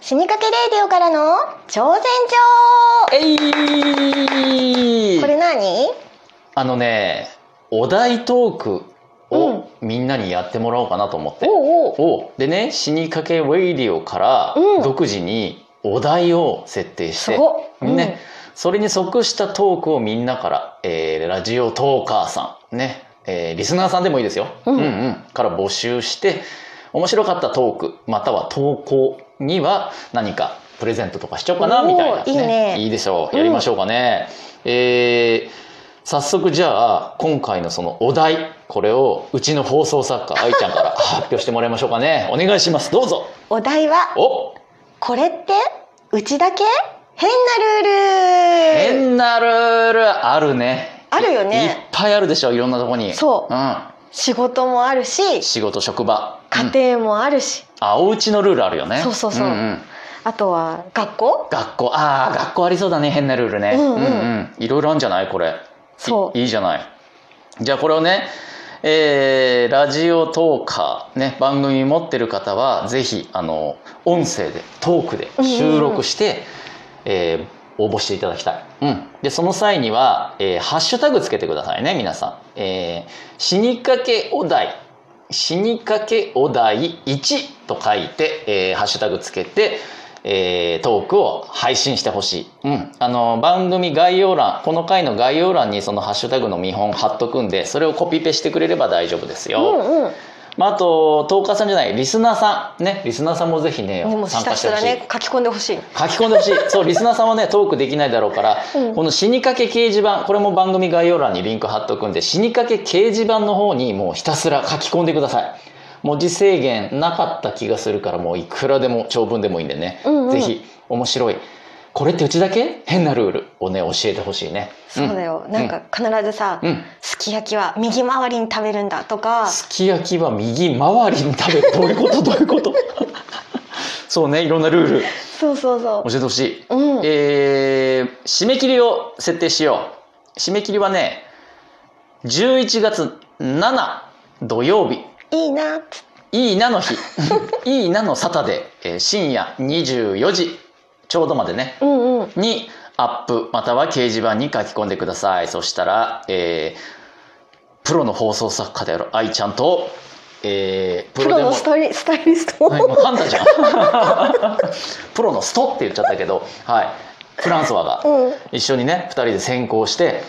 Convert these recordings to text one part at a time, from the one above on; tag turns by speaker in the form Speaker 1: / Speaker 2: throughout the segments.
Speaker 1: 死にかけレーディオからの挑戦
Speaker 2: え
Speaker 1: 状これ
Speaker 2: い
Speaker 1: 何
Speaker 2: あのねお題トーク
Speaker 1: うん
Speaker 2: をみんなにやってもらおうかなと思って、
Speaker 1: おうおう
Speaker 2: おでね死にかけレイディオから
Speaker 1: うん
Speaker 2: 独自にお題を設定し
Speaker 1: す
Speaker 2: て、
Speaker 1: ごっ
Speaker 2: ね、それに即したトークをみんなから、えーラジオトーカーさんね、えーリスナーさんでもいいですよ、
Speaker 1: うん
Speaker 2: うんうんから募集して面白かったトークまたは投稿には何かプレゼントとかしちゃおうかな
Speaker 1: おー
Speaker 2: みたいな、
Speaker 1: いいね
Speaker 2: いいでしょうやりましょうかね、えー早速じゃあ今回のそのお題これをうちの放送作家愛ちゃんから発表してもらいましょうかねお願いしますどうぞ
Speaker 1: うんお題は
Speaker 2: お
Speaker 1: これってうちだけ変なルール
Speaker 2: 変なルールあるね
Speaker 1: あるよ
Speaker 2: いっ
Speaker 1: ね
Speaker 2: ぱいあるでしょいろんなとこに、
Speaker 1: そうん仕事もあるし
Speaker 2: 仕事職場うん
Speaker 1: 家庭もあるし、
Speaker 2: あおうちのルールあるよね
Speaker 1: そうそうそうん
Speaker 2: ん
Speaker 1: あとは学校
Speaker 2: 学校ああ学校ありそうだね変なルールね、
Speaker 1: うんうん
Speaker 2: いろいろあるんじゃないこれ
Speaker 1: そう
Speaker 2: いいいじゃないじゃあこれをねえーラジオトーカー、ね、番組持ってる方はぜひあの音声でトークで収録して、えー応募していただきたい、うん、でその際には、えーハッシュタグつけてくださいね皆さん、えー死にかけお題死にかけお題1と書いて、えーハッシュタグつけて、えートークを配信してほしい、うん、あの番組概要欄この回の概要欄にそのハッシュタグの見本貼っとくんでそれをコピペしてくれれば大丈夫です
Speaker 1: う
Speaker 2: よ、
Speaker 1: んうん
Speaker 2: まあ、あとトーカーさんじゃないリスナーさんねリスナーさんもぜひね
Speaker 1: もう
Speaker 2: 参
Speaker 1: ひた
Speaker 2: 加し
Speaker 1: す
Speaker 2: てほ
Speaker 1: ら
Speaker 2: しい
Speaker 1: ね書き込んでほしい
Speaker 2: 書き込んでほ しいそうリスナーさんはねトークできないだろうから、
Speaker 1: うん
Speaker 2: この死にかけ掲示板これも番組概要欄にリンク貼っとくんで死にかけ掲示板の方にもうひたすら書き込んでください文字制限なかった気がするからもういくらでも長文でもいいんでね、
Speaker 1: うんうん
Speaker 2: ぜひ面白いこれってうちだけ変なルールをね教えてほしいね
Speaker 1: そうだよ、なんか必ずさ、
Speaker 2: うん、うん
Speaker 1: すき焼きは右回りに食べるんだとか
Speaker 2: すき焼きは右回りに食べるどういうことどういうこと そうねいろんなルール
Speaker 1: そうそうそ
Speaker 2: 教えてほしいう
Speaker 1: うん
Speaker 2: えー締め切りを設定しよう締め切りはね11月7土曜日
Speaker 1: いいなっつ
Speaker 2: いい なの日いいなのサタデー、えー深夜24時ちょうどまでね
Speaker 1: うんうん
Speaker 2: にアップまたは掲示板に書き込んでくださいそしたら、えープロの放送作家である愛ちゃんと、えー
Speaker 1: プ
Speaker 2: で
Speaker 1: ロ
Speaker 2: も
Speaker 1: のスタイリスタイリスト、
Speaker 2: はい、もう噛ん だじゃんプロのストって言っちゃったけど、はい、フランソワが
Speaker 1: うん
Speaker 2: 一緒にね2人で選考して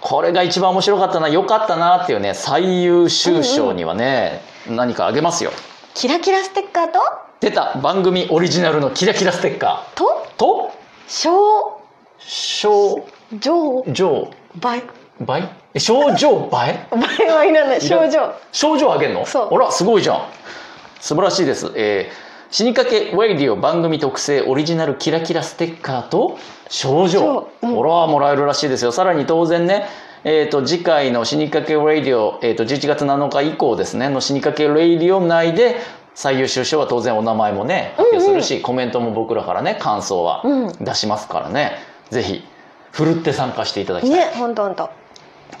Speaker 2: これが一番面白かったな良かったなっていうね最優秀賞にはね、何かあげますよ
Speaker 1: キラキラステッカーと
Speaker 2: 出た番組オリジナルのキラキラステッカ
Speaker 1: と
Speaker 2: ーと
Speaker 1: 賞
Speaker 2: 賞
Speaker 1: 状
Speaker 2: 状
Speaker 1: 倍
Speaker 2: 倍え賞状倍
Speaker 1: 倍はいらない
Speaker 2: いら
Speaker 1: 賞
Speaker 2: ない
Speaker 1: 状
Speaker 2: 症状あげんの
Speaker 1: そう
Speaker 2: あらすごいじゃん素晴らしいです、えー死にかけウェイディオ番組特製オリジナルキラキラステッカーと症状
Speaker 1: そううん
Speaker 2: ほらもらえるらしいですよさらに当然ねえー、と次回の「死にかけレイディオ」えー、と11月7日以降ですねの「死にかけレイディオ」内で最優秀賞は当然お名前もね発表するし、コメントも僕らからね感想は
Speaker 1: うん
Speaker 2: 出しますからね、ぜひふるって参加していただきたい、
Speaker 1: ねほんとほんと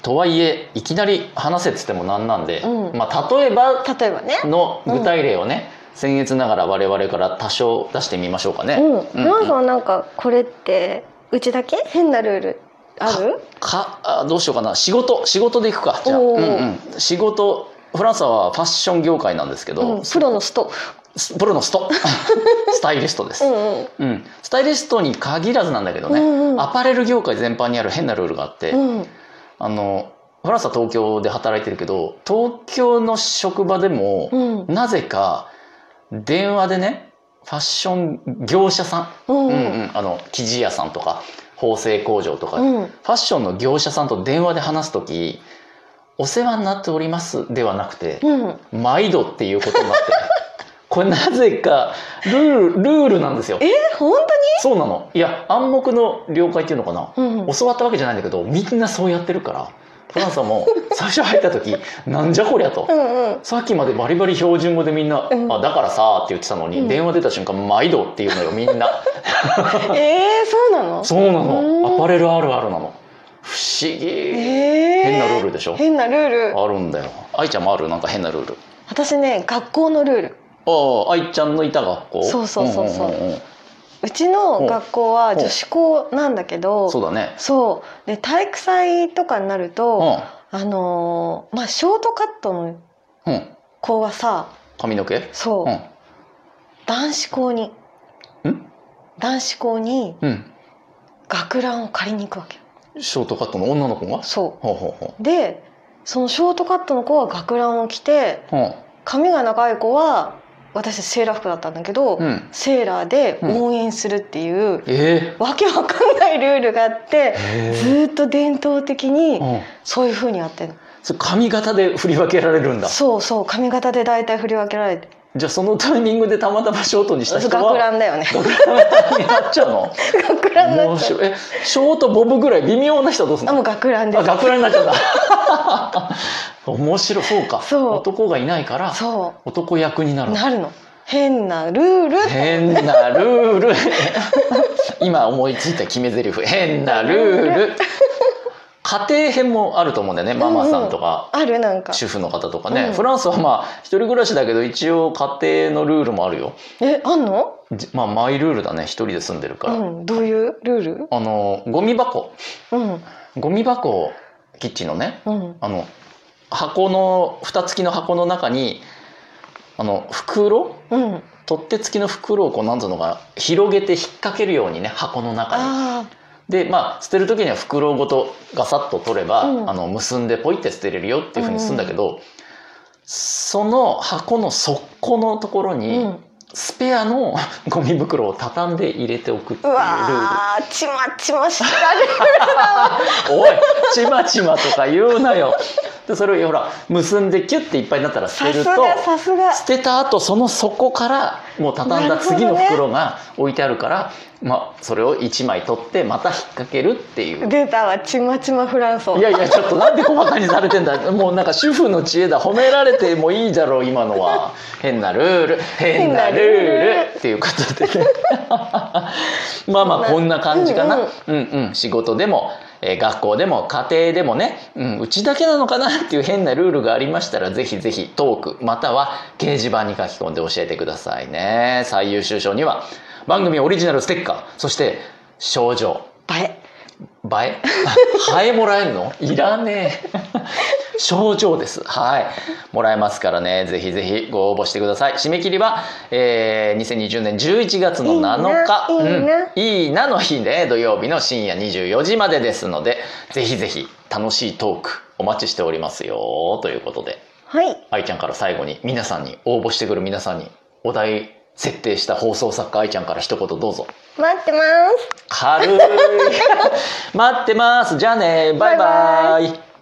Speaker 2: とはいえいきなり話せっつってもなんなんで、
Speaker 1: うん
Speaker 2: まあ、例えば
Speaker 1: 例えばね
Speaker 2: の具体例をね、僭越ながら我々から多少出してみましょうかね。
Speaker 1: うん、
Speaker 2: うん
Speaker 1: なんかなんかこれってうちだけ変なルールある
Speaker 2: かあどうしようかな仕事仕事でいくかじゃあ、
Speaker 1: お
Speaker 2: うん
Speaker 1: ー
Speaker 2: うん、仕事フランスはファッション業界なんですけど、
Speaker 1: うん、プロのスト
Speaker 2: スプロの ストスタイリストで
Speaker 1: う
Speaker 2: す、
Speaker 1: んうん
Speaker 2: うんスタイリストに限らずなんだけどね、
Speaker 1: うんうん
Speaker 2: アパレル業界全般にある変なルールがあって、
Speaker 1: うん
Speaker 2: あのフランスは東京で働いてるけど東京の職場でも、
Speaker 1: うん
Speaker 2: なぜか電話でねファッション業者さ
Speaker 1: うん
Speaker 2: ん、
Speaker 1: う
Speaker 2: うん
Speaker 1: ん
Speaker 2: うんあの生地屋さんとか縫製工場とか、フ
Speaker 1: うん
Speaker 2: ァッションの業者さんと電話で話す時「お世話になっております」ではなくて
Speaker 1: うん
Speaker 2: 「毎度」っていうことになって これなぜかルールルールなんですよ
Speaker 1: え。本
Speaker 2: そうなのいや暗黙の了解っていうのかな、
Speaker 1: 当に、うん、
Speaker 2: 教わったわけじゃないんだけどみんなそうやってるからフランスはもう最初入った時「なんじゃこりゃ」と。
Speaker 1: うんうん
Speaker 2: さっきまでバリバリ標準語でみんな「
Speaker 1: うん
Speaker 2: あだからさ」って言ってたのに、
Speaker 1: うん
Speaker 2: 電話出た瞬間「毎度」っていうのよみんな
Speaker 1: えー、そうなの
Speaker 2: そうな
Speaker 1: うん
Speaker 2: のアパレルあるあるなの不思議、
Speaker 1: えー、
Speaker 2: 変なルールでしょ
Speaker 1: 変なルール
Speaker 2: あるんだよ愛ちゃんもあるなんか変なルール
Speaker 1: 私ね学校のルール
Speaker 2: ああ愛ちゃんのいた学校
Speaker 1: そうそうそうそうん
Speaker 2: んんん
Speaker 1: うちの学校は女子校なんだけど
Speaker 2: そうだね
Speaker 1: そうで体育祭とかになる
Speaker 2: う
Speaker 1: と、
Speaker 2: ん
Speaker 1: あのーまあショートカットの
Speaker 2: うん
Speaker 1: 子はさ
Speaker 2: 髪の毛
Speaker 1: そう、
Speaker 2: うん
Speaker 1: 男子校に
Speaker 2: ん
Speaker 1: 男子校に
Speaker 2: うん
Speaker 1: 学ランを借りに行くわけよ
Speaker 2: ショートカットの女の子が
Speaker 1: そ
Speaker 2: ほうほうほ
Speaker 1: うでそのショートカットの子は学ランを着て
Speaker 2: ううん
Speaker 1: 髪が長い子は私たちセーラー服だったんだけど、
Speaker 2: うん
Speaker 1: セーラーで応援するっていう、
Speaker 2: え
Speaker 1: わけわかんないルールがあって
Speaker 2: え
Speaker 1: ず
Speaker 2: へえ
Speaker 1: ーっと伝統的に
Speaker 2: うん
Speaker 1: そういう風にやってる
Speaker 2: それ髪型で振り分けられるんだ
Speaker 1: そうそう髪型で大体振り分けられて
Speaker 2: じゃあそのタイミングでたまたまショートにした人は
Speaker 1: 学ランだよね
Speaker 2: 学ランになっちゃうの
Speaker 1: 学ランにな
Speaker 2: 面
Speaker 1: っちゃう
Speaker 2: 白いえショートボブぐらい微妙な人はどうすん
Speaker 1: あ
Speaker 2: の
Speaker 1: もう学ランで
Speaker 2: あ
Speaker 1: す
Speaker 2: 学ランになっちゃった。 面白いそうか
Speaker 1: そう
Speaker 2: 男がいないから
Speaker 1: そ
Speaker 2: 男役にな
Speaker 1: う
Speaker 2: る
Speaker 1: なるの変なルール
Speaker 2: 変なルール今思いついた決め台詞変なルール家庭編もあると思うんだよねママさんとか。
Speaker 1: あるなんか
Speaker 2: 主婦の方とかね、
Speaker 1: うん
Speaker 2: フランスはまあ一人暮らしだけど一応家庭のルールもあるよ
Speaker 1: えあんの
Speaker 2: じまあマイルールだね一人で住んでるから、
Speaker 1: うんどういうルール
Speaker 2: あのゴミ箱
Speaker 1: うん
Speaker 2: ゴミ箱をキッチンのね
Speaker 1: うん
Speaker 2: あの箱の蓋付きの箱の中にあの袋
Speaker 1: うん
Speaker 2: 取っ手付きの袋をこうなんつうのかな広げて引っ掛けるようにね箱の中に
Speaker 1: あ
Speaker 2: でまあ捨てる時には袋ごとガサッと取れば、
Speaker 1: うん
Speaker 2: あの結んでポイって捨てれるよっていうふうにするんだけど、その箱の底のところ
Speaker 1: ー
Speaker 2: に、
Speaker 1: うん
Speaker 2: スペアのゴミ袋を畳んで入れておくっていううルール
Speaker 1: わーちまちましたね
Speaker 2: おいちまちまとか言うなよでそれをほら結んでキュッていっぱいになったら捨て
Speaker 1: さ
Speaker 2: る
Speaker 1: す
Speaker 2: と
Speaker 1: がさすが
Speaker 2: 捨てた後その底からもう畳んだ次の袋が置いてあるからまあ、それを1枚取ってまた引っ掛けるっていう。
Speaker 1: 出たわちまちまフランソン
Speaker 2: いやいやちょっとなんで小馬鹿にされてんだもうなんか主婦の知恵だ褒められてもいいだろう今 のは変なルール変なルールっていうこ とでねまあまあこんな感じかな、
Speaker 1: うん
Speaker 2: うんうん仕事でも、えー学校でも家庭でもね、うん、うちだけなのかなっていう変なルールがありましたらぜひぜひトークまたは掲示板に書き込んで教えてくださいね最優秀賞には番組オリジナルステッカーそして賞状
Speaker 1: 映え
Speaker 2: 映え ハエもらえるのいらねえ症状ですはいもらえますからねぜひぜひご応募してください締め切りは、えー2020年11月の7日
Speaker 1: いいな
Speaker 2: うん、いいなの日ね土曜日の深夜24時までですのでぜひぜひ楽しいトークお待ちしておりますよということで
Speaker 1: はい
Speaker 2: 愛ちゃんから最後に皆さんに応募してくる皆さんにお題設定した放送作家愛ちゃんから一言どうぞ
Speaker 1: 待ってます
Speaker 2: 軽い待ってますじゃあねバイバイ